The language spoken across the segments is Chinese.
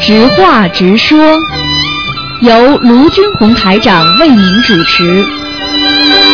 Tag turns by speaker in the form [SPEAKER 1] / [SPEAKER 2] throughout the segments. [SPEAKER 1] 直话直说，由卢军红台长为您主持。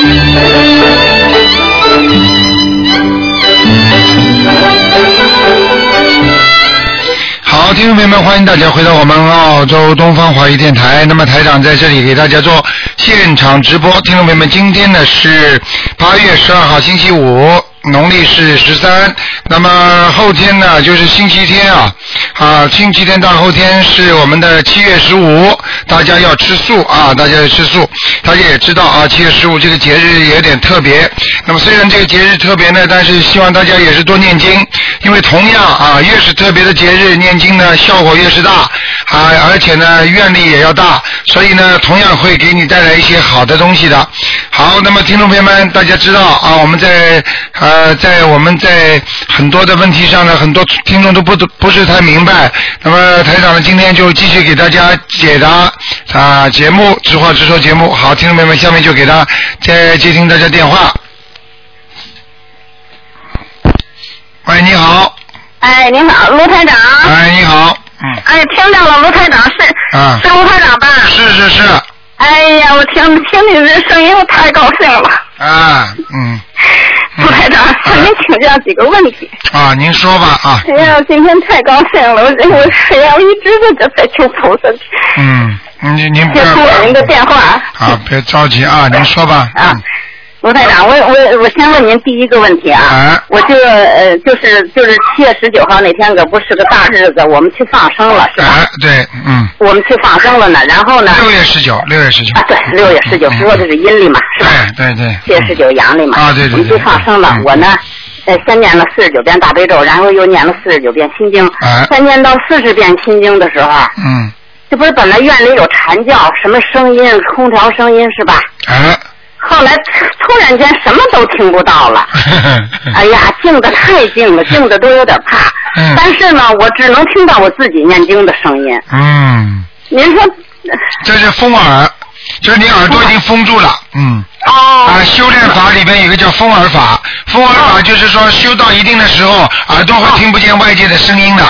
[SPEAKER 2] 好，听众朋友们，欢迎大家回到我们澳洲东方华语电台。那么台长在这里给大家做现场直播。听众朋友们，今天呢是八月十二号，星期五，农历是十三。那么后天呢就是星期天啊，啊，星期天大后天是我们的七月十五，大家要吃素啊，大家要吃素。大家也知道啊，七月十五这个节日也有点特别。那么虽然这个节日特别呢，但是希望大家也是多念经，因为同样啊，越是特别的节日，念经呢效果越是大啊，而且呢愿力也要大，所以呢同样会给你带来一些好的东西的。好，那么听众朋友们，大家知道啊，我们在呃在我们在很多的问题上呢，很多听众都不不是太明白。那么台长呢，今天就继续给大家解答啊节目直话直说节目。好，听众朋友们，下面就给大家再接听大家电话。喂，你好，
[SPEAKER 3] 哎，你好，卢台长。
[SPEAKER 2] 哎，你好，嗯，
[SPEAKER 3] 哎，听到了，卢台长是、
[SPEAKER 2] 啊
[SPEAKER 3] 是卢台长吧？
[SPEAKER 2] 是是是，
[SPEAKER 3] 哎呀，我听听你这声音，我太高兴了。
[SPEAKER 2] 啊，嗯，嗯
[SPEAKER 3] 卢台长，向您请教几个问题。
[SPEAKER 2] 啊，您说吧啊，
[SPEAKER 3] 哎呀，我今天太高兴了，我这我哎呀，我一直都在求菩萨，
[SPEAKER 2] 嗯，您您不
[SPEAKER 3] 接
[SPEAKER 2] 要
[SPEAKER 3] 通了您的电话。
[SPEAKER 2] 啊，别着急啊，您说吧，
[SPEAKER 3] 啊
[SPEAKER 2] 嗯，
[SPEAKER 3] 卢台长，我我我先问您第一个问题啊，
[SPEAKER 2] 哎
[SPEAKER 3] 我就呃就是就是七月十九号那天可不是个大日子，我们去放生了是吧？
[SPEAKER 2] 哎，对，嗯，
[SPEAKER 3] 我们去放生了呢，然后呢，
[SPEAKER 2] 六月十九，六月十九
[SPEAKER 3] 啊，对，六月十
[SPEAKER 2] 嗯
[SPEAKER 3] 九说的是阴历嘛，是吧？
[SPEAKER 2] 对对对，
[SPEAKER 3] 七月十
[SPEAKER 2] 嗯，
[SPEAKER 3] 九阳历嘛，
[SPEAKER 2] 啊对对对
[SPEAKER 3] 我们就放生了
[SPEAKER 2] 嗯。
[SPEAKER 3] 我呢，呃，先念了四十九遍大悲咒，然后又念了四十九遍心经。
[SPEAKER 2] 哎
[SPEAKER 3] 在念到四十遍心经的时候，啊
[SPEAKER 2] 嗯，
[SPEAKER 3] 这不是本来院里有蝉叫，什么声音，空调声音是吧？
[SPEAKER 2] 哎，
[SPEAKER 3] 后来突然间什么都听不到了。哎呀，静的太静了，静的都有点怕。
[SPEAKER 2] 嗯
[SPEAKER 3] 但是呢，我只能听到我自己念经的声音。
[SPEAKER 2] 嗯，
[SPEAKER 3] 您说，
[SPEAKER 2] 这是封耳，就是你耳朵已经封住了，嗯。
[SPEAKER 3] 哦，
[SPEAKER 2] 啊，修炼法里边有一个叫风耳法，风耳法就是说修到一定的时候，耳朵会听不见外界的声音的。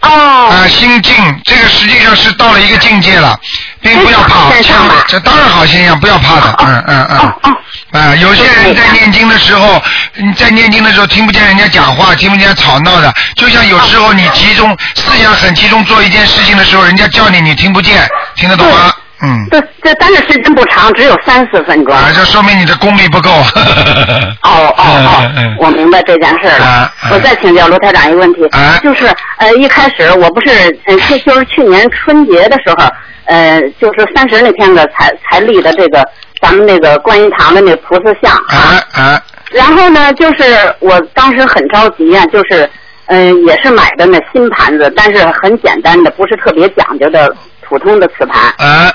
[SPEAKER 3] 哦，
[SPEAKER 2] 啊，心境，这个实际上是到了一个境界了，并不要怕，
[SPEAKER 3] 这是好现象吧
[SPEAKER 2] 这这当然好现象，不要怕的，嗯嗯嗯
[SPEAKER 3] 哦。哦，
[SPEAKER 2] 啊，有些人在念经的时候，你在念经的时候听不见人家讲话，听不见人家吵闹的，就像有时候你集中
[SPEAKER 3] 哦
[SPEAKER 2] 思想很集中做一件事情的时候，人家叫你你听不见，听得懂吗？嗯。
[SPEAKER 3] 这这但是时间不长，只有三四分钟。
[SPEAKER 2] 啊，这说明你的功力不够。
[SPEAKER 3] 哦哦
[SPEAKER 2] 嗯嗯
[SPEAKER 3] 哦，我明白这件事了。
[SPEAKER 2] 啊啊
[SPEAKER 3] 我再请教卢台长一个问题，
[SPEAKER 2] 啊
[SPEAKER 3] 就是呃，一开始我不是呃，去就是去年春节的时候，呃，就是三十那天个才才立的这个咱们那个观音堂的那菩萨像
[SPEAKER 2] 啊啊
[SPEAKER 3] 然后呢，就是我当时很着急呀、就是嗯、呃也是买的那新盘子，但是很简单的，不是特别讲究的普通的瓷盘。
[SPEAKER 2] 啊！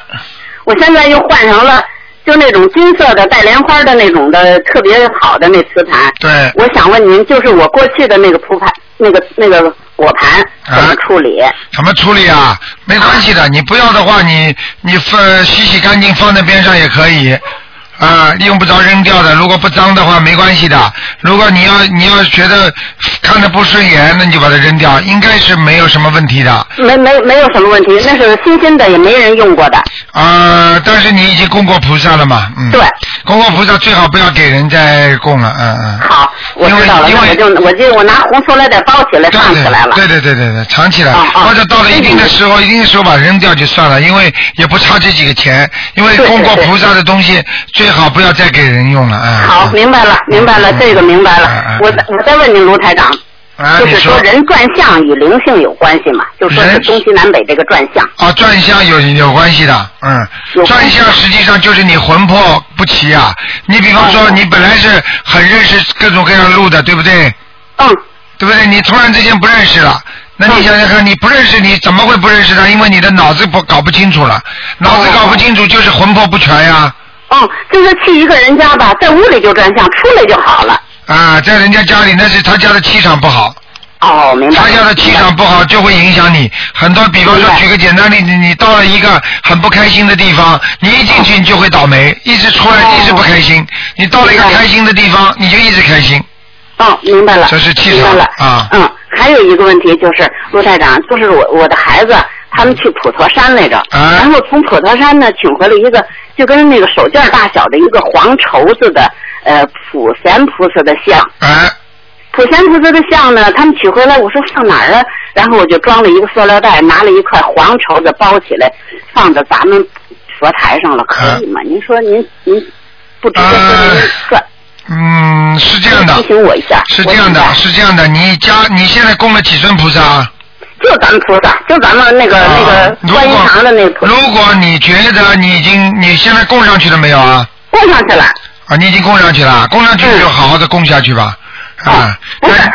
[SPEAKER 3] 我现在又换成了就那种金色的带莲花的那种的特别好的那瓷盘。
[SPEAKER 2] 对，
[SPEAKER 3] 我想问您，就是我过去的那个铺盘，那个那个果盘
[SPEAKER 2] 啊
[SPEAKER 3] 怎么处理？
[SPEAKER 2] 怎么处理啊？没关系的，你不要的话，你你放洗洗干净放在边上也可以。啊，用不着扔掉的。如果不脏的话，没关系的。如果你要你要觉得看着不顺眼，那你就把它扔掉，应该是没有什么问题的。
[SPEAKER 3] 没没没有什么问题，那是新鲜的，也没人用过的。
[SPEAKER 2] 啊，但是你已经供过菩萨了嘛？嗯。
[SPEAKER 3] 对，
[SPEAKER 2] 供过菩萨最好不要给人再供了，嗯嗯。
[SPEAKER 3] 好，我
[SPEAKER 2] 因为
[SPEAKER 3] 知道了，
[SPEAKER 2] 因
[SPEAKER 3] 那
[SPEAKER 2] 为
[SPEAKER 3] 我就我就我拿红塑料袋包起来
[SPEAKER 2] 对
[SPEAKER 3] 放起来了。
[SPEAKER 2] 对对对对对，藏起来，
[SPEAKER 3] 啊嗯啊
[SPEAKER 2] 或者到了一定的时候，一定的时候把扔掉就算了，因为也不差这几个钱，因为
[SPEAKER 3] 对对
[SPEAKER 2] 供过
[SPEAKER 3] 对
[SPEAKER 2] 菩萨的东西最好不要再给人用了，哎。
[SPEAKER 3] 好，明白了，明白了，
[SPEAKER 2] 嗯
[SPEAKER 3] 这个明白了。
[SPEAKER 2] 嗯嗯嗯
[SPEAKER 3] 我再我再问您，卢台长，
[SPEAKER 2] 啊，
[SPEAKER 3] 就
[SPEAKER 2] 你
[SPEAKER 3] 是说人转向与灵性有关系嘛？就说是
[SPEAKER 2] 人
[SPEAKER 3] 东西南北这个转向。
[SPEAKER 2] 啊，转向有有关系的，嗯
[SPEAKER 3] 有，关
[SPEAKER 2] 转
[SPEAKER 3] 系
[SPEAKER 2] 向实际上就是你魂魄不齐啊。你比方说，
[SPEAKER 3] 哦
[SPEAKER 2] 你本来是很认识各种各样的路的，对不对？
[SPEAKER 3] 嗯，
[SPEAKER 2] 对不对？你突然之间不认识了，那你想想看，你不认识你怎么会不认识他？因为你的脑子不搞不清楚了，脑子搞不清楚就是魂魄不全呀、
[SPEAKER 3] 嗯，就是去一个人家吧，在屋里就转向，出来就好了。
[SPEAKER 2] 啊！在人家家里那是他家的气场不好，
[SPEAKER 3] 哦，明白了。
[SPEAKER 2] 他家的气场不好就会影响你很多。比方
[SPEAKER 3] 明
[SPEAKER 2] 说，
[SPEAKER 3] 白
[SPEAKER 2] 举个简单例子，你到了一个很不开心的地方，你一进去你就会倒霉，一直出来
[SPEAKER 3] 哦
[SPEAKER 2] 一直不开心。你到了一个
[SPEAKER 3] 明白
[SPEAKER 2] 开心的地方，你就一直开心。
[SPEAKER 3] 哦，明白了。
[SPEAKER 2] 这是气场
[SPEAKER 3] 明白了
[SPEAKER 2] 啊
[SPEAKER 3] 嗯，还有一个问题就是，陆台长，就是我我的孩子，他们去普陀山来着，
[SPEAKER 2] 啊
[SPEAKER 3] 然后从普陀山呢请回了一个就跟那个手绢大小的一个黄绸子的呃普贤菩萨的像，
[SPEAKER 2] 哎，
[SPEAKER 3] 普贤菩萨的像呢，他们取回来，我说放哪儿啊？然后我就装了一个塑料袋，拿了一块黄绸子包起来，放到咱们佛台上了，可以吗？嗯呃您说您您不直接说您算，
[SPEAKER 2] 嗯，是这样
[SPEAKER 3] 您
[SPEAKER 2] 的
[SPEAKER 3] 提，醒我一下，
[SPEAKER 2] 是这样
[SPEAKER 3] 哎我
[SPEAKER 2] 的，
[SPEAKER 3] 明白
[SPEAKER 2] 是这样的。你家你现在供了几尊菩萨啊？
[SPEAKER 3] 就咱们菩萨，就咱们那个、
[SPEAKER 2] 啊
[SPEAKER 3] 那个观音堂的那
[SPEAKER 2] 如
[SPEAKER 3] 菩
[SPEAKER 2] 果
[SPEAKER 3] 萨，
[SPEAKER 2] 如果你觉得你已经你现在供上去了没有啊？
[SPEAKER 3] 供上去了。
[SPEAKER 2] 啊，你已经供上去了，供上去就好好的供下去吧。啊，
[SPEAKER 3] 哦不是
[SPEAKER 2] 哎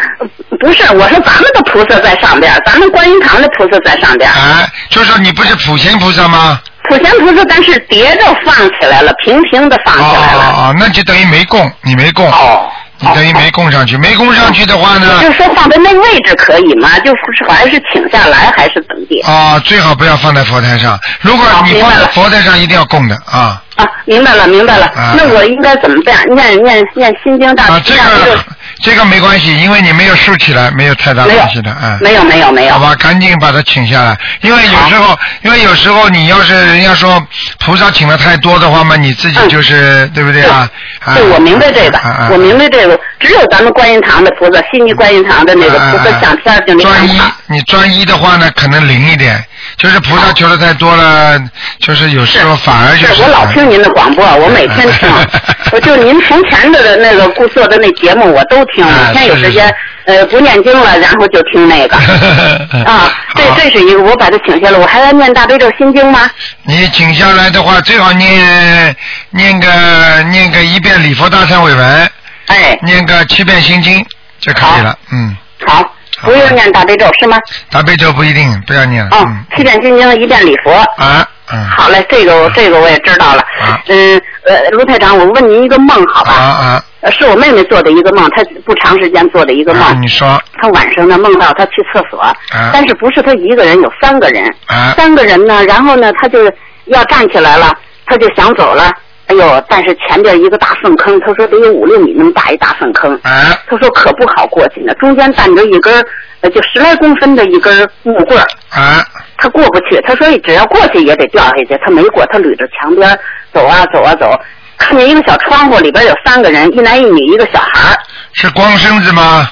[SPEAKER 3] 不是，我说咱们的菩萨在上边，咱们观音堂的菩萨在上边，
[SPEAKER 2] 哎，就说你不是普贤菩萨吗？
[SPEAKER 3] 普贤菩萨但是叠着放起来了，平平的放
[SPEAKER 2] 哦
[SPEAKER 3] 起来
[SPEAKER 2] 哦
[SPEAKER 3] 了。
[SPEAKER 2] 哦，那就等于没供，你没供，
[SPEAKER 3] 啊哦，
[SPEAKER 2] 你等于没供上去，没供上去的话呢
[SPEAKER 3] 也就，是说放在那位置可以吗？就是还是请下来还是怎么地？
[SPEAKER 2] 啊，最好不要放在佛台上。如果
[SPEAKER 3] 好
[SPEAKER 2] 你
[SPEAKER 3] 哦明白
[SPEAKER 2] 放在
[SPEAKER 3] 了
[SPEAKER 2] 佛台上，一定要供的啊
[SPEAKER 3] 啊，明白了，明白了。
[SPEAKER 2] 啊
[SPEAKER 3] 那我应该怎么办？念念念心经大
[SPEAKER 2] 啊，
[SPEAKER 3] 悲
[SPEAKER 2] 这
[SPEAKER 3] 咒。
[SPEAKER 2] 个这个没关系，因为你没有竖起来，没有太大
[SPEAKER 3] 没有
[SPEAKER 2] 关系的，嗯。
[SPEAKER 3] 没有没有没有
[SPEAKER 2] 好。吧，赶紧把它请下来，因为有时候，因为有时候你要是人家说菩萨请的太多的话嘛，你自己
[SPEAKER 3] 嗯
[SPEAKER 2] 就是、对不对啊？啊
[SPEAKER 3] 对，我明白这个
[SPEAKER 2] 啊啊，、
[SPEAKER 3] 我明白这个。只有咱们观音堂的菩萨，悉尼观音堂的那个菩萨相片儿就
[SPEAKER 2] 啊
[SPEAKER 3] 那
[SPEAKER 2] 专
[SPEAKER 3] 张
[SPEAKER 2] 一
[SPEAKER 3] 卡。，
[SPEAKER 2] 你专一的话呢，可能灵一点，就是菩萨求的太多了，就是有时候反而就是，
[SPEAKER 3] 是我老听您的广播，我每天听 我就您从前的那个故做的那节目我都听，
[SPEAKER 2] 啊
[SPEAKER 3] 每天有
[SPEAKER 2] 是是
[SPEAKER 3] 时间呃不念经了，然后就听那个 啊，这
[SPEAKER 2] 嗯好
[SPEAKER 3] 这是一个，我把它请下来，我还要念大悲咒心经吗？
[SPEAKER 2] 你请下来的话，最好念念个念个一遍礼佛大忏悔文，
[SPEAKER 3] 哎，
[SPEAKER 2] 念个七遍心经就可以了
[SPEAKER 3] 好。
[SPEAKER 2] 嗯，
[SPEAKER 3] 好，
[SPEAKER 2] 好
[SPEAKER 3] 不用念大悲咒是吗？
[SPEAKER 2] 大悲咒不一定，不要念了。
[SPEAKER 3] 哦
[SPEAKER 2] 嗯，
[SPEAKER 3] 七遍心经，一遍礼佛。
[SPEAKER 2] 啊，嗯，
[SPEAKER 3] 好嘞，这个我这个我也知道了
[SPEAKER 2] 啊。
[SPEAKER 3] 嗯，呃，卢台长，我问您一个梦好
[SPEAKER 2] 啊
[SPEAKER 3] 吧？
[SPEAKER 2] 啊，
[SPEAKER 3] 呃是我妹妹做的一个梦，她不长时间做的一个
[SPEAKER 2] 啊
[SPEAKER 3] 梦
[SPEAKER 2] 你。说
[SPEAKER 3] 她晚上呢梦到她去厕所，
[SPEAKER 2] 嗯
[SPEAKER 3] 但是不是她一个人，有三个人。
[SPEAKER 2] 啊
[SPEAKER 3] 三个人呢，然后呢，她就要站起来了，她就想走了。哎呦，但是前边一个大粪坑，她说得有五六米那么大一大粪坑。
[SPEAKER 2] 啊
[SPEAKER 3] 她说可不好过去呢，中间站着一根儿，呃，就十来公分的一根儿木棍儿。
[SPEAKER 2] 啊
[SPEAKER 3] 他过不去，他说只要过去也得掉下去，他没过，他捋着墙边儿走啊走啊走，看见一个小窗户，里边有三个人，一男一女，一个小孩儿，
[SPEAKER 2] 是光身子吗？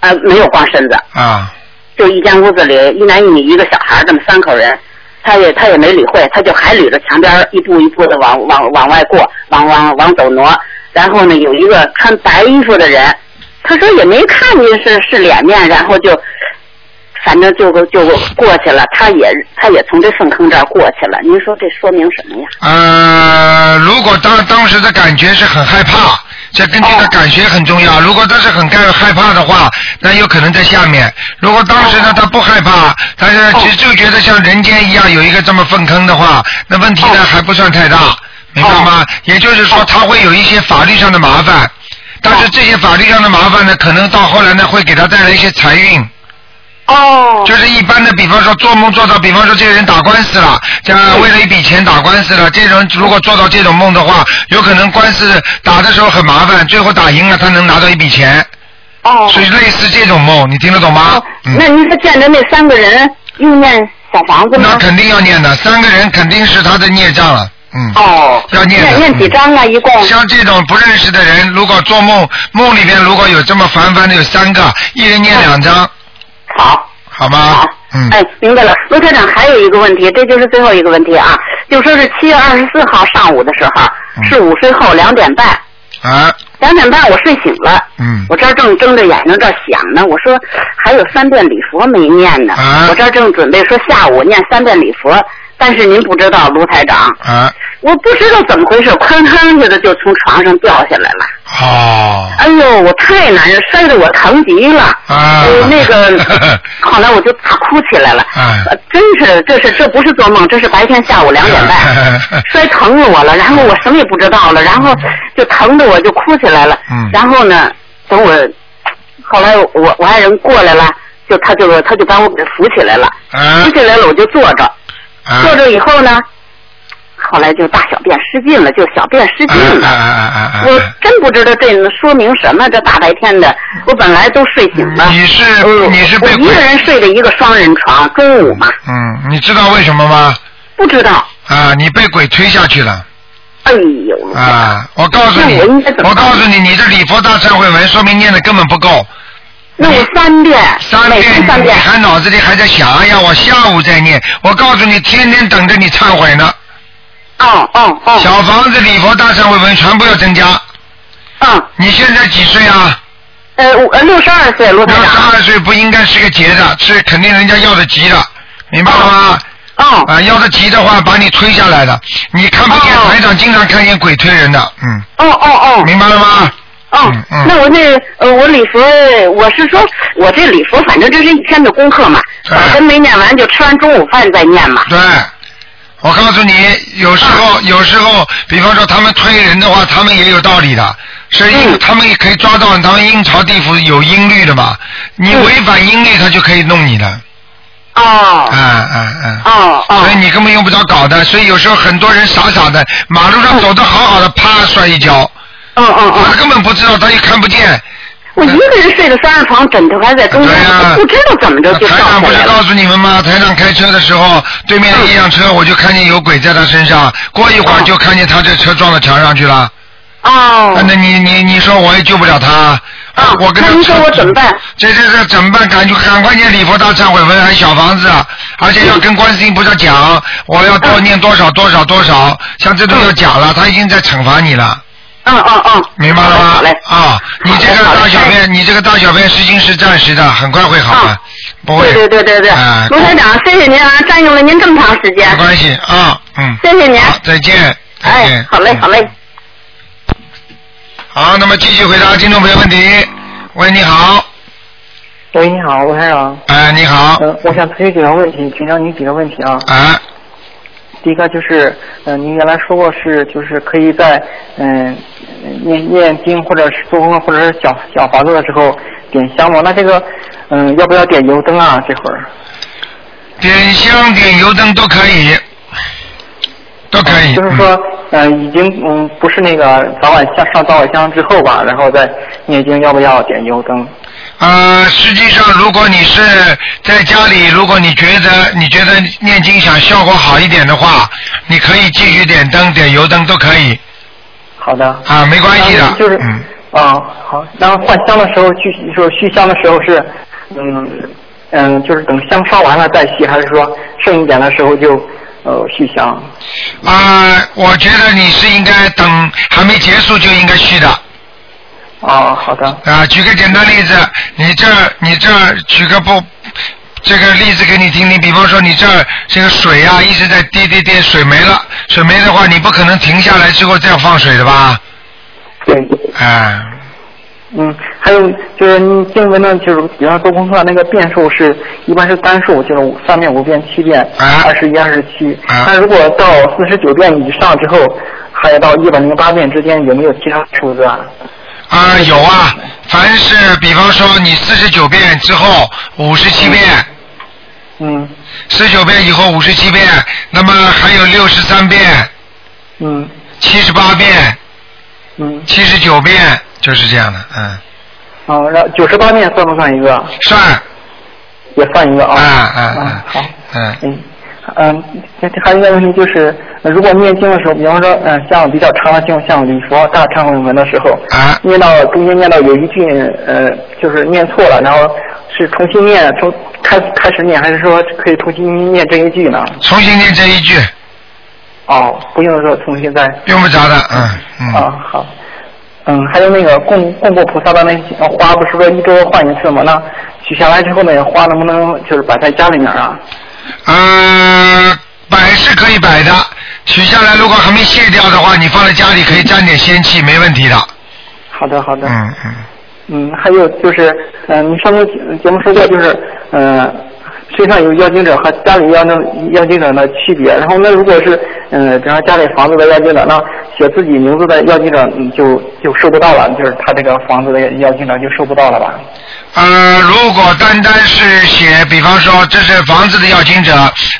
[SPEAKER 3] 呃，没有光身子，
[SPEAKER 2] 啊，
[SPEAKER 3] 就一间屋子里一男一女一个小孩儿，这么三口人，他也他也没理会，他就还捋着墙边儿一步一步的往往往外过，往往往走挪，然后呢有一个穿白衣服的人，他说也没看见是是脸面，然后就。反正就就过去了，他也他也从这粪坑这儿过去了。您说这说明什么呀？
[SPEAKER 2] 呃，如果当当时的感觉是很害怕，这跟这个感觉很重要。如果他是很害害怕的话，那有可能在下面；如果当时呢他不害怕，但是只就觉得像人间一样有一个这么粪坑的话，那问题呢还不算太大，明白吗？也就是说他会有一些法律上的麻烦，但是这些法律上的麻烦呢，可能到后来呢会给他带来一些财运。
[SPEAKER 3] 哦
[SPEAKER 2] 就是一般的，比方说做梦做到，比方说这个人打官司了，这
[SPEAKER 3] 嗯
[SPEAKER 2] 样为了一笔钱打官司了，这种如果做到这种梦的话，有可能官司打的时候很麻烦，最后打赢了他能拿到一笔钱，
[SPEAKER 3] 哦
[SPEAKER 2] 所以类似这种梦，你听得懂吗？
[SPEAKER 3] 那
[SPEAKER 2] 嗯，
[SPEAKER 3] 您说见着那三个人又念小房子
[SPEAKER 2] 那
[SPEAKER 3] 吗？
[SPEAKER 2] 肯定要念的，三个人肯定是他的孽障了，嗯。
[SPEAKER 3] 哦，
[SPEAKER 2] 要念的嗯
[SPEAKER 3] 念念几张啊？一共
[SPEAKER 2] 像这种不认识的人，如果做梦，梦里面如果有这么烦烦的有三个，一人念两张，
[SPEAKER 3] 好。
[SPEAKER 2] 好
[SPEAKER 3] 哦好
[SPEAKER 2] 吗？，嗯，
[SPEAKER 3] 哎，明白了。卢科长还有一个问题，这就是最后一个问题啊，就说是七月二十四号上午的时候，
[SPEAKER 2] 嗯
[SPEAKER 3] 是午睡后两点半，
[SPEAKER 2] 啊，
[SPEAKER 3] 两点半我睡醒了，
[SPEAKER 2] 嗯
[SPEAKER 3] 我这儿正睁着眼睛这儿想呢，我说还有三遍礼佛没念呢，
[SPEAKER 2] 啊
[SPEAKER 3] 我这儿正准备说下午念三遍礼佛，但是您不知道卢台长，
[SPEAKER 2] 啊，
[SPEAKER 3] 我不知道怎么回事，哐当一下子就从床上掉下来了。
[SPEAKER 2] 好。
[SPEAKER 3] 哎呦，我太难受，摔得我疼极了。
[SPEAKER 2] 啊，
[SPEAKER 3] 呃那个 后来我就大哭起来了。
[SPEAKER 2] 哎，
[SPEAKER 3] 呃 真是，这是这不是做梦，这是白天下午两点半 摔疼了我了。然后我什么也不知道了，然后就疼得我就哭起来了。
[SPEAKER 2] 嗯
[SPEAKER 3] 然后呢，等我后来我我爱人过来了，就他就他就把我给扶起来了，
[SPEAKER 2] 啊
[SPEAKER 3] 扶起来了我就坐着，
[SPEAKER 2] 啊
[SPEAKER 3] 坐着以后呢，后来就大小便失禁了，就小便失禁了。
[SPEAKER 2] 啊啊啊啊啊
[SPEAKER 3] 我真不知道这说明什么，这大白天的，我本来都睡醒了。
[SPEAKER 2] 你是
[SPEAKER 3] 嗯
[SPEAKER 2] 你是
[SPEAKER 3] 我
[SPEAKER 2] 被
[SPEAKER 3] 一
[SPEAKER 2] 鬼
[SPEAKER 3] 个人睡的一个双人床，中午嘛，
[SPEAKER 2] 嗯，你知道为什么吗？
[SPEAKER 3] 不知道。
[SPEAKER 2] 啊，你被鬼推下去了
[SPEAKER 3] 哎呦，
[SPEAKER 2] 啊！我告诉你
[SPEAKER 3] 那我应该，怎么办
[SPEAKER 2] 我告诉你，你这礼佛大忏悔文说明念的根本不够，
[SPEAKER 3] 那我三遍，
[SPEAKER 2] 三
[SPEAKER 3] 每
[SPEAKER 2] 遍
[SPEAKER 3] 天三
[SPEAKER 2] 你
[SPEAKER 3] 遍，
[SPEAKER 2] 还脑子里还在想，哎呀，我下午再念，我告诉你，天天等着你忏悔呢。
[SPEAKER 3] 哦哦哦，
[SPEAKER 2] 小房子礼佛大忏悔文全部要增加。
[SPEAKER 3] 嗯，
[SPEAKER 2] 你现在几岁啊？
[SPEAKER 3] 呃，我六十二岁，卢台
[SPEAKER 2] 六十
[SPEAKER 3] 长。
[SPEAKER 2] 二岁不应该是个劫的，是肯定人家要的急的，明白了吗？
[SPEAKER 3] 哦，
[SPEAKER 2] 啊，要是急的话，把你推下来的。你看不见
[SPEAKER 3] 哦
[SPEAKER 2] 台长经常看见鬼推人的，嗯，
[SPEAKER 3] 哦哦哦，
[SPEAKER 2] 明白了吗？
[SPEAKER 3] 哦
[SPEAKER 2] 嗯嗯，
[SPEAKER 3] 那我那呃，我礼佛，我是说，我这礼佛，反正这是一天的功课嘛，
[SPEAKER 2] 对
[SPEAKER 3] 早晨没念完，就吃完中午饭再念嘛。
[SPEAKER 2] 对，我告诉你，有时候
[SPEAKER 3] 嗯
[SPEAKER 2] 有时候，比方说他们推人的话，他们也有道理的，是因为
[SPEAKER 3] 嗯
[SPEAKER 2] 他们也可以抓到，他们阴曹地府有阴律的嘛，你
[SPEAKER 3] 嗯
[SPEAKER 2] 违反阴律，他就可以弄你的，
[SPEAKER 3] 哦
[SPEAKER 2] 啊啊啊！
[SPEAKER 3] 哦
[SPEAKER 2] 所以
[SPEAKER 3] 哦，
[SPEAKER 2] 你根本用不着搞的，所以有时候很多人傻傻的，马路上走的好好的，啪摔一跤，
[SPEAKER 3] 嗯嗯嗯
[SPEAKER 2] 他，根本不知道，他也看不见。
[SPEAKER 3] 我一个人睡的三人床，枕头还在中间，
[SPEAKER 2] 对啊哎呀
[SPEAKER 3] 我不知道怎么着就
[SPEAKER 2] 台
[SPEAKER 3] 掉
[SPEAKER 2] 长
[SPEAKER 3] 下
[SPEAKER 2] 不是
[SPEAKER 3] 来了。嗯
[SPEAKER 2] 告诉你们吗？台长开车的时候，对面一辆车我就看见有鬼在他身上，过一会儿就看见他这车撞到墙上去了。啊
[SPEAKER 3] 哦，
[SPEAKER 2] 那你你你说我也救不了他。
[SPEAKER 3] 啊
[SPEAKER 2] 我跟他
[SPEAKER 3] 那你说我怎么办？
[SPEAKER 2] 这这这怎么办？赶紧赶快念礼佛大忏悔文，还有小房子，啊而且要跟观世音菩萨讲，我要多
[SPEAKER 3] 嗯
[SPEAKER 2] 念多少多少多少，像这种要讲了，他已经在惩罚你了。
[SPEAKER 3] 嗯嗯嗯，
[SPEAKER 2] 明白了吗？
[SPEAKER 3] 好嘞，
[SPEAKER 2] 啊，你这个
[SPEAKER 3] 好嘞
[SPEAKER 2] 大小
[SPEAKER 3] 好嘞
[SPEAKER 2] 便，你这个大小便实情是暂时的，很快会好的
[SPEAKER 3] 啊，
[SPEAKER 2] 不会。
[SPEAKER 3] 对对对对对
[SPEAKER 2] 啊，，
[SPEAKER 3] 卢台长，谢谢您啊，占用了您这么长时间
[SPEAKER 2] 没，关系啊，嗯。
[SPEAKER 3] 谢谢您。
[SPEAKER 2] 好，再见。再见嗯
[SPEAKER 3] 哎，好嘞，好嘞。。
[SPEAKER 2] 好，那么继续回答听众朋友问题。喂，你好。
[SPEAKER 4] 喂，你好，吴台长。
[SPEAKER 2] 哎，你好。
[SPEAKER 4] 嗯、我想咨询几个问题，请教您几个问题啊。
[SPEAKER 2] 哎，
[SPEAKER 4] 第一个就是，嗯、您原来说过是，就是可以在嗯、念念经或者是做功课或者是小小房子的时候点香嘛。那这个，嗯、要不要点油灯啊？这会儿
[SPEAKER 2] 点香点油灯都可以，都可以。
[SPEAKER 4] 就是说，嗯、已经嗯不是那个早晚香上早晚香之后吧，然后再念经，要不要点油灯？
[SPEAKER 2] 呃，实际上，如果你是在家里，如果你觉得你觉得念经想效果好一点的话，你可以继续点灯、点油灯都可以
[SPEAKER 4] 好的。
[SPEAKER 2] 啊，没关系
[SPEAKER 4] 然
[SPEAKER 2] 的
[SPEAKER 4] 后。就是，
[SPEAKER 2] 嗯，
[SPEAKER 4] 啊，好。然后换香的时候，续就是续香的时候是，嗯嗯，就是等香烧完了再续，还是说剩一点的时候就呃续香？
[SPEAKER 2] 啊、我觉得你是应该等还没结束就应该续的啊、
[SPEAKER 4] 啊，好的，
[SPEAKER 2] 举个简单例子，你这你这举个不这个例子给你听，你比方说你这儿这个水啊一直在滴滴滴，水没了，水没的话，你不可能停下来之后再放水的吧？
[SPEAKER 4] 对，
[SPEAKER 2] 哎、
[SPEAKER 4] 嗯，还有就是你经文呢，就是比方说功课那个变数是一般是单数，就是五三遍、五遍、七遍、
[SPEAKER 2] 啊
[SPEAKER 4] 二十一、二十七。
[SPEAKER 2] 啊
[SPEAKER 4] 那如果到四十九遍以上之后，还有到一百零八遍之间，有没有其他数字啊？
[SPEAKER 2] 啊，有啊，凡是比方说你四十九遍之后五十七遍，
[SPEAKER 4] 嗯
[SPEAKER 2] 四十九遍以后五十七遍，那么还有六十三遍、
[SPEAKER 4] 嗯
[SPEAKER 2] 七十八遍、
[SPEAKER 4] 嗯。
[SPEAKER 2] 七十九遍，就是这样的，嗯，
[SPEAKER 4] 哦，然后九十八面算不算一个？
[SPEAKER 2] 算，
[SPEAKER 4] 也算一个啊。
[SPEAKER 2] 啊啊
[SPEAKER 4] 嗯
[SPEAKER 2] 啊
[SPEAKER 4] 好，，
[SPEAKER 2] 嗯，
[SPEAKER 4] 嗯。嗯，还还有一个问题就是，呃如果念经的时候，比方说，嗯、像比较长的经，像礼佛大忏悔文的时候，
[SPEAKER 2] 啊
[SPEAKER 4] 念到中间念到有一句，呃，就是念错了，然后是重新念，从开开始念，还是说可以重新念这一句呢？
[SPEAKER 2] 重新念这一句，
[SPEAKER 4] 哦，不用说重新再。
[SPEAKER 2] 用不着的，嗯嗯，
[SPEAKER 4] 啊，好。嗯，还有那个供供过菩萨的那些花，不是说一周换一次吗？那取下来之后，那个花能不能就是摆在家里面啊？
[SPEAKER 2] 呃，摆是可以摆的，取下来如果还没卸掉的话，你放在家里可以沾点仙气，没问题的，
[SPEAKER 4] 好的，好的。
[SPEAKER 2] 嗯嗯。
[SPEAKER 4] 嗯，还有就是，嗯、你上次节目说过，就是，呃，身上有妖精者和家里妖精妖精者的区别。然后那如果是，嗯、比方说家里房子的妖精者，那写自己名字的要经者嗯就就收不到了，就是他这个房子的要经者就收不到了吧？
[SPEAKER 2] 呃，如果单单是写，比方说这是房子的要经者，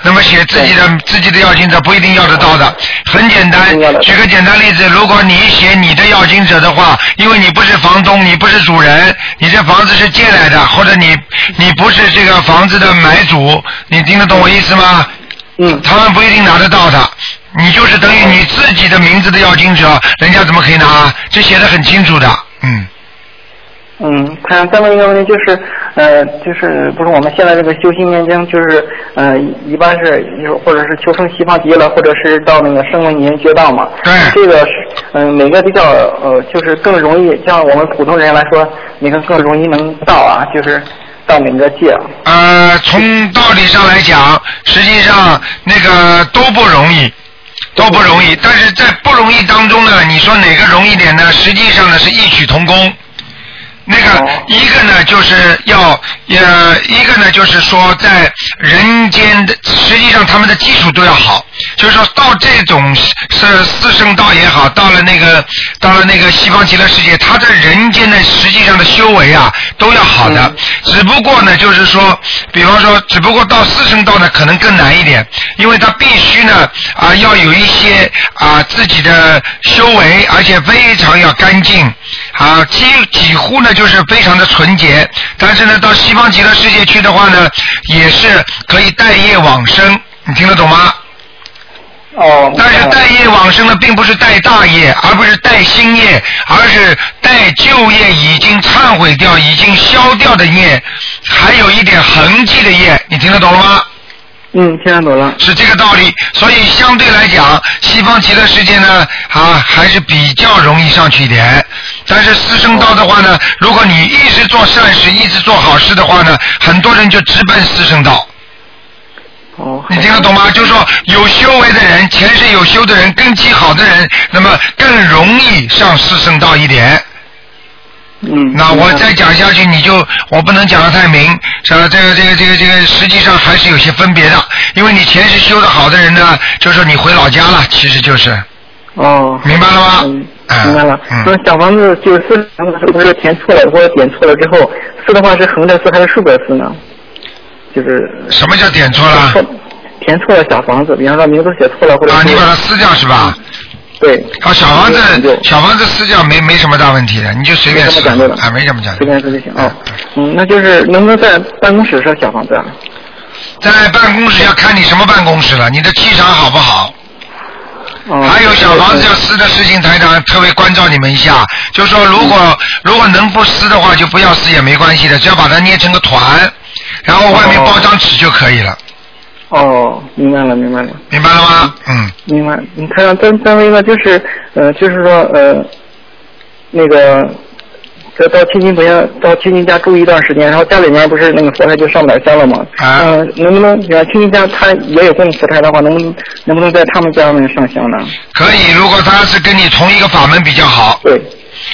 [SPEAKER 2] 那么写自己的自己的要经者不一定要得到的，很简单
[SPEAKER 4] 不一定要得。到
[SPEAKER 2] 举个简单例子，如果你写你的要经者的话，因为你不是房东，你不是主人，你这房子是借来的，或者你你不是这个房子的买主，你听得懂我意思吗？
[SPEAKER 4] 嗯，
[SPEAKER 2] 他们不一定拿得到的。你就是等于你自己的名字的要经者，人家怎么可以拿？这写的很清楚的，嗯。
[SPEAKER 4] 嗯，他想再问一个问题，就是呃，就是不是我们现在这个修心念经，就是呃，一一般是就是或者是求生西方极乐，或者是到那个声闻女人觉道嘛。
[SPEAKER 2] 对
[SPEAKER 4] 这个是嗯、哪个比较呃，就是更容易，像我们普通人来说，哪个更容易能到啊？就是到哪个界啊？
[SPEAKER 2] 呃，从道理上来讲，实际上那个都不容易，都不容易。但是在不容易当中呢，你说哪个容易点呢？实际上呢是异曲同工。那个
[SPEAKER 4] 哦
[SPEAKER 2] 一个呢，就是要呃，一个呢就是说在人间的，实际上他们的基础都要好，就是说到这种是四圣道也好，到了那个到了那个西方极乐世界，他在人间的实际上的修为啊都要好的，
[SPEAKER 4] 嗯
[SPEAKER 2] 只不过呢，就是说，比方说，只不过到四圣道呢，可能更难一点，因为他必须呢啊、要有一些啊、自己的修为，而且非常要干净啊，几几乎呢就是非常的纯洁。但是呢，到西方极乐世界去的话呢，也是可以带业往生，你听得懂吗？
[SPEAKER 4] 哦，
[SPEAKER 2] 但是
[SPEAKER 4] 明白了
[SPEAKER 2] 带业往生呢，并不是带大业，而不是带新业，而是带旧业已经忏悔掉、已经消掉的业，还有一点痕迹的业，你听得懂了吗？
[SPEAKER 4] 嗯，听得懂了。
[SPEAKER 2] 是这个道理。所以相对来讲，西方极乐世界呢，啊，还是比较容易上去一点。但是四圣道的话呢，如果你一直做善事、一直做好事的话呢，很多人就直奔四圣道。
[SPEAKER 4] 哦，好
[SPEAKER 2] 你听得懂吗？就是说，有修为的人，前世有修的人，根基好的人，那么更容易上四圣道一点。
[SPEAKER 4] 嗯，
[SPEAKER 2] 那
[SPEAKER 4] 明白
[SPEAKER 2] 我
[SPEAKER 4] 了
[SPEAKER 2] 再讲下去，你就我不能讲得太明，讲了这个这个这个这个，实际上还是有些分别的，因为你前世修得好的人呢，就是你回老家了，其实就是
[SPEAKER 4] 哦，
[SPEAKER 2] 明白了吗？
[SPEAKER 4] 嗯，
[SPEAKER 2] 嗯
[SPEAKER 4] 明白了。
[SPEAKER 2] 嗯，
[SPEAKER 4] 那小房子就是四的房子是不是填错了或者点错了之后，四的话是横着四还是竖着四呢？就是
[SPEAKER 2] 什么叫点错了？
[SPEAKER 4] 错填错了小房子，比方说名字写错了或者
[SPEAKER 2] 啊，
[SPEAKER 4] 是
[SPEAKER 2] 你把它撕掉是吧？
[SPEAKER 4] 对，
[SPEAKER 2] 啊，小房子
[SPEAKER 4] 嗯对
[SPEAKER 2] 小房子撕掉没没什么大问题的，你就随便
[SPEAKER 4] 没什
[SPEAKER 2] 撕
[SPEAKER 4] 么讲究的
[SPEAKER 2] 啊，没什么讲
[SPEAKER 4] 随
[SPEAKER 2] 究。
[SPEAKER 4] 便说就行哦。嗯，那就是能不能在办公室设小房子啊？
[SPEAKER 2] 在办公室要看你什么办公室了，你的气场好不好？
[SPEAKER 4] 哦，
[SPEAKER 2] 还有小房子要撕的事情，台长特别关照你们一下，就说如果
[SPEAKER 4] 嗯
[SPEAKER 2] 如果能不撕的话，就不要撕也没关系的，只要把它捏成个团，然后外面包张纸就可以了，
[SPEAKER 4] 哦，明白了，明白了。
[SPEAKER 2] 明白了吗？嗯，
[SPEAKER 4] 另外，你看到再再问一个，就是呃，就是说呃，那个到到亲戚朋友到亲戚家住一段时间，然后家里面不是那个佛台就上不了香了吗？
[SPEAKER 2] 啊
[SPEAKER 4] 呃能不能呃亲戚家他也有供佛台的话，能不能能不能在他们家面上香呢？
[SPEAKER 2] 可以。如果他是跟你同一个法门比较好，
[SPEAKER 4] 对。嗯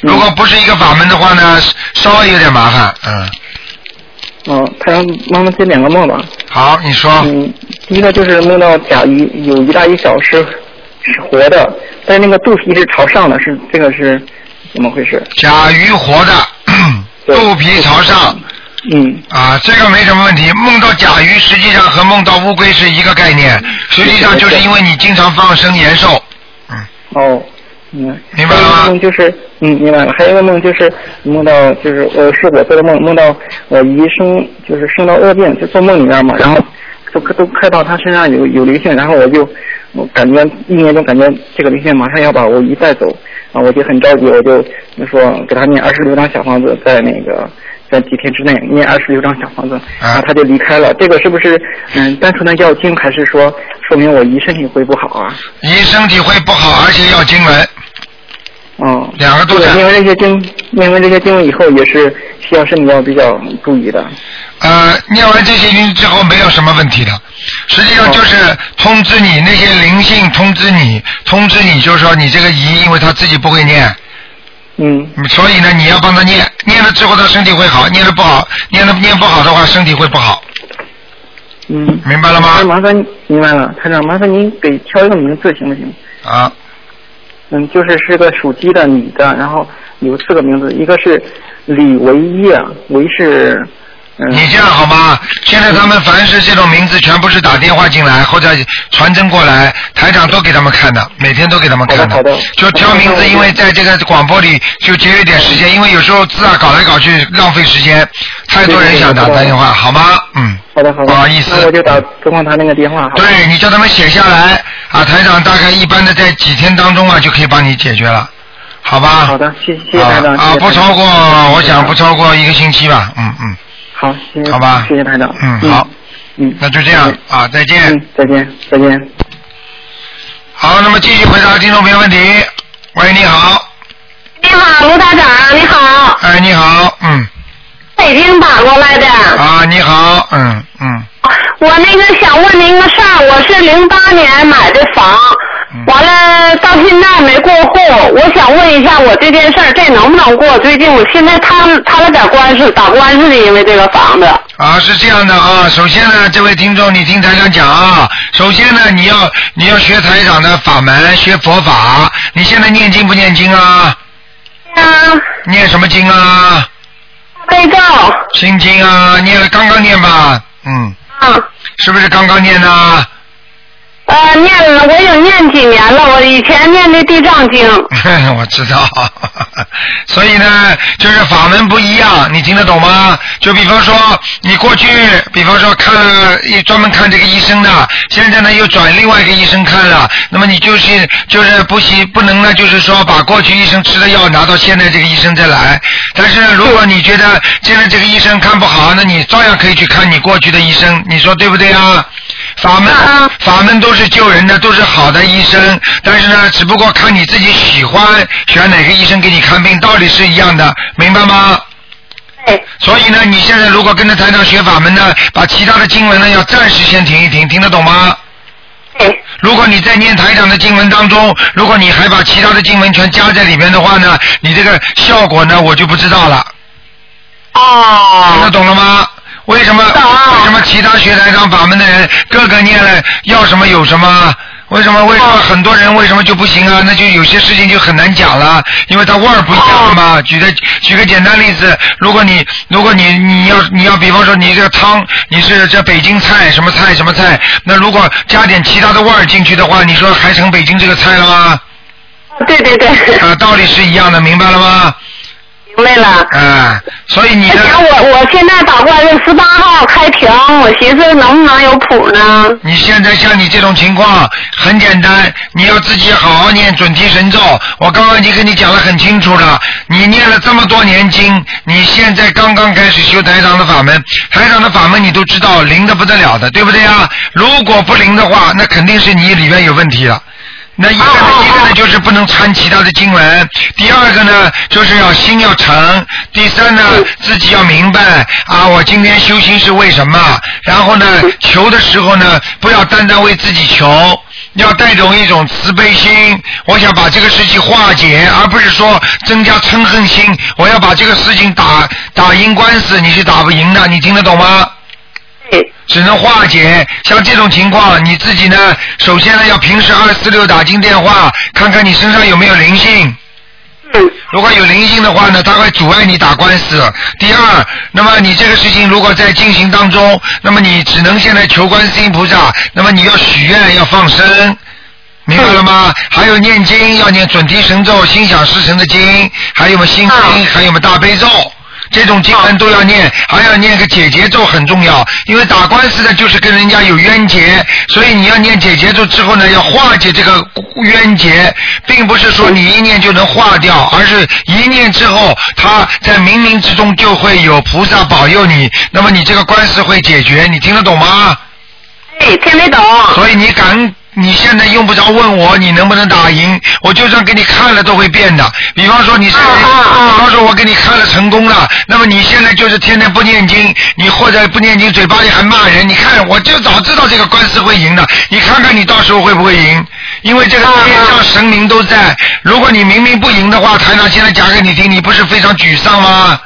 [SPEAKER 2] 如果不是一个法门的话呢，稍微有点麻烦。嗯，
[SPEAKER 4] 嗯，哦他让妈妈接两个梦吧。
[SPEAKER 2] 好，你说，
[SPEAKER 4] 嗯，第一个就是梦到甲鱼有一大一小是是活的，但是那个肚皮是朝上的，是这个是怎么回事？
[SPEAKER 2] 甲鱼活的，
[SPEAKER 4] 对
[SPEAKER 2] 肚皮朝上。
[SPEAKER 4] 嗯。
[SPEAKER 2] 啊，这个没什么问题。梦到甲鱼实际上和梦到乌龟是一个概念，
[SPEAKER 4] 嗯
[SPEAKER 2] 实际上就是因为你经常放生延寿。嗯，
[SPEAKER 4] 哦，嗯，
[SPEAKER 2] 明白了吗
[SPEAKER 4] 还有一个梦就是，嗯，明白了。还有一个梦就是梦到，就是呃，是我做的梦，梦到我姨生就是生到恶病，就做梦里面嘛，然后都都看到她身上有有灵性，然后我就我感觉意念中感觉这个灵性马上要把我姨带走，啊，我就很着急，我就说给她念二十六张小房子，在那个。在几天之内念二十六张小房
[SPEAKER 2] 啊
[SPEAKER 4] 子，然后她就离开了。这个是不是嗯单纯的要经，还是说说明我姨身体会不好啊？
[SPEAKER 2] 你身体会不好，而且要经文，
[SPEAKER 4] 嗯，
[SPEAKER 2] 两个都
[SPEAKER 4] 对，念
[SPEAKER 2] 在。
[SPEAKER 4] 完这些经，念完这些经以后，也是需要身体要比较注意的。
[SPEAKER 2] 呃，念完这些经之后没有什么问题的，实际上就是通知你那些灵性，通知你，通知你，就是说你这个姨，因为她自己不会念，
[SPEAKER 4] 嗯，
[SPEAKER 2] 所以呢，你要帮她念，念了之后她身体会好，念了不好，念了念不好的话，身体会不好，
[SPEAKER 4] 嗯，
[SPEAKER 2] 明白了吗？
[SPEAKER 4] 那麻烦你明白了，台长，麻烦您给挑一个名字行不行？
[SPEAKER 2] 啊，
[SPEAKER 4] 嗯，就是是个属鸡的女的，然后有四个名字，一个是李维业，啊维是嗯，
[SPEAKER 2] 你这样好吗？现在他们凡是这种名字，全部是打电话进来或者传真过来，台长都给他们看的，每天都给他们看
[SPEAKER 4] 好的好的
[SPEAKER 2] 就挑名字，因为在这个广播里就节约点时间，因为有时候字啊搞来搞去浪费时间，太多人想打
[SPEAKER 4] 对对对
[SPEAKER 2] 打电话，好吗？嗯。
[SPEAKER 4] 好的好的，
[SPEAKER 2] 不好意思
[SPEAKER 4] 那我就打中控他那个电话，好吧
[SPEAKER 2] 对你叫他们写下来啊，台长大概一般的在几天当中啊就可以帮你解决了，好吧？
[SPEAKER 4] 好的谢谢谢谢台长
[SPEAKER 2] 啊
[SPEAKER 4] 谢
[SPEAKER 2] 啊，
[SPEAKER 4] 谢
[SPEAKER 2] 不
[SPEAKER 4] 台长
[SPEAKER 2] 超过，我想不超过一个星期吧，嗯嗯，
[SPEAKER 4] 好，谢谢，
[SPEAKER 2] 好吧
[SPEAKER 4] 谢谢台长，
[SPEAKER 2] 嗯好，
[SPEAKER 4] 嗯，
[SPEAKER 2] 那就这样啊，再见。
[SPEAKER 4] 嗯，再见，再见。
[SPEAKER 2] 好，那么继续回答听众朋友问题。喂，你好，
[SPEAKER 5] 你好，卢台长，你好，
[SPEAKER 2] 哎，你好，嗯，
[SPEAKER 5] 北京打过来的。
[SPEAKER 2] 啊，你好，嗯嗯，
[SPEAKER 5] 我那个想问您个事儿，我是零八年买的房
[SPEAKER 2] 嗯，
[SPEAKER 5] 完了到现在没过户，我想问一下我这件事儿，这能不能过？最近我现在摊摊了点官司，打官司的，因为这个房子。
[SPEAKER 2] 啊，是这样的啊，首先呢，这位听众，你听台长讲啊，首先呢，你要你要学台长的法门，学佛法，你现在念经不念经啊？
[SPEAKER 5] 啊，
[SPEAKER 2] 念什么经啊？
[SPEAKER 5] 被告
[SPEAKER 2] 心经啊，念了刚刚念吧，嗯，
[SPEAKER 5] 啊，
[SPEAKER 2] 是不是刚刚念啊呢？
[SPEAKER 5] 呃，念了，我有念几年了，我以前念的地藏经，
[SPEAKER 2] 我知道，所以呢，就是法门不一样，你听得懂吗？就比方说，你过去，比方说看一专门看这个医生的，现在呢又转另外一个医生看了，那么你就是就是不行不能呢，就是说把过去医生吃的药拿到现在这个医生再来。但是呢，如果你觉得现在这个医生看不好，那你照样可以去看你过去的医生，你说对不对啊？法门
[SPEAKER 5] 啊
[SPEAKER 2] 法门都是救人的，都是好的医生，但是呢，只不过看你自己喜欢选哪个医生给你看病，道理是一样的，明白吗？
[SPEAKER 5] 对，
[SPEAKER 2] 所以呢，你现在如果跟着台长学法门呢，把其他的经文呢要暂时先停一停，听得懂吗？
[SPEAKER 5] 对，
[SPEAKER 2] 如果你在念台长的经文当中，如果你还把其他的经文全加在里面的话呢，你这个效果呢我就不知道了，
[SPEAKER 3] 啊
[SPEAKER 2] 听得
[SPEAKER 5] 哦，
[SPEAKER 2] 懂了吗？为什么
[SPEAKER 5] 懂
[SPEAKER 2] 为什么其他学台长法门的人个个念了要什么有什么？为什么为什么很多人为什么就不行啊？那就有些事情就很难讲了，因为它味儿不一样嘛。举个举个简单例子，如果你如果你你要你要比方说你这个汤你是这北京菜什么菜什么菜，那如果加点其他的味儿进去的话，你说还成北京这个菜了吗？
[SPEAKER 5] 对对对，
[SPEAKER 2] 啊，道理是一样的，明白了吗？
[SPEAKER 5] 明白了。
[SPEAKER 2] 啊，所以你
[SPEAKER 5] 我
[SPEAKER 2] 的
[SPEAKER 5] 想我我现在打官司十八号开庭，我寻思能不能有谱呢？
[SPEAKER 2] 你现在像你这种情况很简单，你要自己好好念准提神咒。我刚刚已经跟你讲了很清楚了，你念了这么多年经，你现在刚刚开始修台长的法门，台长的法门你都知道灵的不得了的，对不对啊？如果不灵的话，那肯定是你里面有问题了。那一个呢，一个呢就是不能掺其他的经文；第二个呢，就是要心要诚；第三呢，自己要明白啊，我今天修心是为什么？然后呢，求的时候呢，不要单单为自己求，要带种一种慈悲心。我想把这个事情化解，而不是说增加嗔恨心。我要把这个事情打打赢官司，你是打不赢的，你听得懂吗？
[SPEAKER 5] 对，
[SPEAKER 2] 只能化解。像这种情况，你自己呢，首先呢要平时二四六打进电话，看看你身上有没有灵性。
[SPEAKER 5] 嗯，
[SPEAKER 2] 如果有灵性的话呢，它会阻碍你打官司。第二，那么你这个事情如果在进行当中，那么你只能现在求观世音菩萨，那么你要许愿，要放生。明白了吗？还有念经要念准提神咒、心想事成的经，还有我们心经，还有我们大悲咒，这种经文都要念，还要念个解结咒很重要，因为打官司的就是跟人家有冤结，所以你要念解结咒之后呢，要化解这个冤结，并不是说你一念就能化掉，而是一念之后，他在冥冥之中就会有菩萨保佑你，那么你这个官司会解决，你听得懂吗？
[SPEAKER 5] 对，听得懂。
[SPEAKER 2] 所以你敢，你现在用不着问我你能不能打赢，我就算给你看了都会变的。比方说你是，
[SPEAKER 5] 啊啊啊
[SPEAKER 2] 比方说我给你看了成功了，那么你现在就是天天不念经，你或者不念经，嘴巴里还骂人，你看我就早知道这个官司会赢的，你看看你到时候会不会赢？因为这个
[SPEAKER 5] 啊啊
[SPEAKER 2] 天上神明都在，如果你明明不赢的话，台长现在讲给你听，你不是非常沮丧吗？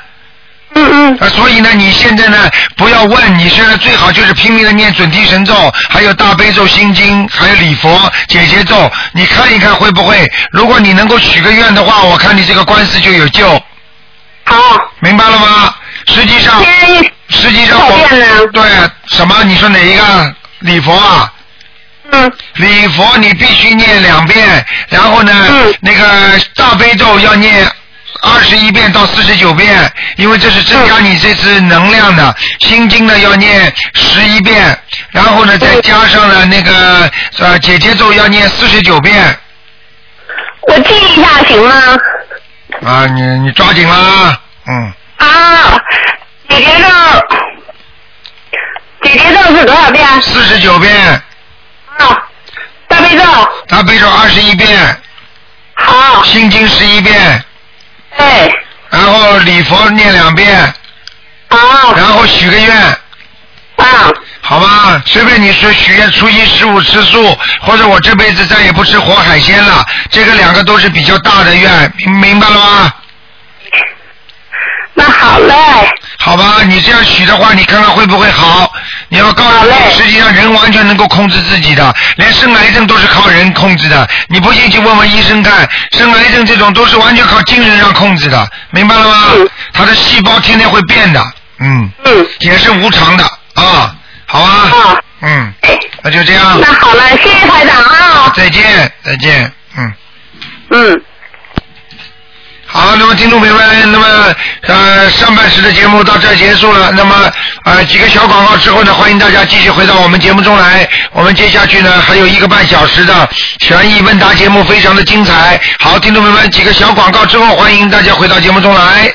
[SPEAKER 5] 嗯嗯
[SPEAKER 2] 啊，所以呢，你现在呢，不要问，你现在最好就是拼命的念准提神咒，还有大悲咒、心经，还有礼佛、解结咒，你看一看会不会？如果你能够许个愿的话，我看你这个官司就有救，
[SPEAKER 5] 好，
[SPEAKER 2] 明白了吗？实际
[SPEAKER 3] 嗯
[SPEAKER 2] 上，
[SPEAKER 5] 先一
[SPEAKER 2] 实际上
[SPEAKER 5] 小便
[SPEAKER 2] 我
[SPEAKER 5] 呢
[SPEAKER 2] 对什么？你说哪一个？礼佛啊？
[SPEAKER 5] 嗯
[SPEAKER 2] 礼佛你必须念两遍，然后呢，
[SPEAKER 5] 嗯
[SPEAKER 2] 那个大悲咒要念二十一遍到四十九遍，因为这是增加你这次能量的。心经呢要念十一遍，然后呢再加上呢那个呃姐姐咒要念四十九遍
[SPEAKER 5] 我记一下行吗？
[SPEAKER 2] 啊，你你抓紧啦，嗯，
[SPEAKER 5] 啊，姐姐咒，姐姐咒是多少遍？
[SPEAKER 2] 四十九遍，
[SPEAKER 5] 啊，大悲咒，
[SPEAKER 2] 大悲咒二十一遍，
[SPEAKER 5] 好，
[SPEAKER 3] 嗯
[SPEAKER 2] 心经十一遍，
[SPEAKER 5] 对，
[SPEAKER 2] 然后礼佛念两遍，
[SPEAKER 5] 好，
[SPEAKER 2] 然后许个愿。
[SPEAKER 5] 啊，
[SPEAKER 2] 好吧，随便你说许愿初一十五吃素，或者我这辈子再也不吃活海鲜了，这个两个都是比较大的愿，明明白了吗？
[SPEAKER 5] 那好嘞，
[SPEAKER 2] 好吧，你这样许的话，你看看会不会好？你要告
[SPEAKER 5] 好
[SPEAKER 2] 诉
[SPEAKER 5] 嘞
[SPEAKER 2] 我，实际上人完全能够控制自己的，连生癌症都是靠人控制的。你不信去问问医生看，生癌症这种都是完全靠精神上控制的，明白了吗
[SPEAKER 5] 嗯？
[SPEAKER 2] 他的细胞天天会变的，嗯，
[SPEAKER 5] 嗯，
[SPEAKER 2] 也是无常的啊，好吧
[SPEAKER 5] 好，
[SPEAKER 2] 嗯，
[SPEAKER 5] 哎
[SPEAKER 2] 那就这样。
[SPEAKER 5] 那好了，谢谢台长啊，
[SPEAKER 2] 再见，再见，嗯。
[SPEAKER 5] 嗯。
[SPEAKER 2] 好，那么听众朋友们，那么呃上半时的节目到这儿结束了。那么呃几个小广告之后呢，欢迎大家继续回到我们节目中来。我们接下去呢还有一个半小时的悬疑问答节目，非常的精彩。好，听众朋友们，几个小广告之后，欢迎大家回到节目中来。